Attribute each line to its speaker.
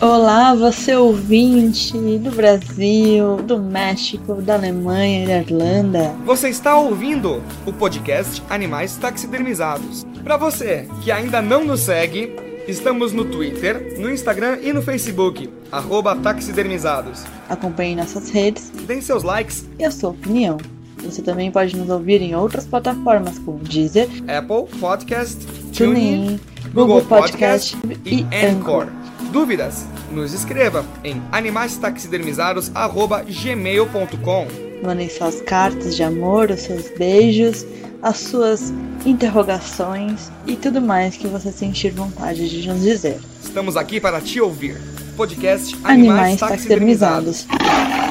Speaker 1: Olá, você ouvinte do Brasil, do México, da Alemanha e da Irlanda.
Speaker 2: Você está ouvindo o podcast Animais Taxidermizados. Para você que ainda não nos segue, estamos no Twitter, no Instagram e no Facebook, arroba taxidermizados.
Speaker 1: Acompanhe nossas redes
Speaker 2: Deem seus likes,
Speaker 1: e a sua opinião. Você também pode nos ouvir em outras plataformas como Deezer,
Speaker 2: Apple Podcast, TuneIn,
Speaker 1: TuneIn, Google Podcast e Anchor.
Speaker 2: Dúvidas? Nos escreva em animaistaxidermizados.gmail.com
Speaker 1: Mandem suas cartas de amor, os seus beijos, as suas interrogações e tudo mais que você sentir vontade de nos dizer.
Speaker 2: Estamos aqui para te ouvir. Podcast Animais,
Speaker 1: Animais
Speaker 2: Taxidermizados.
Speaker 1: taxidermizados.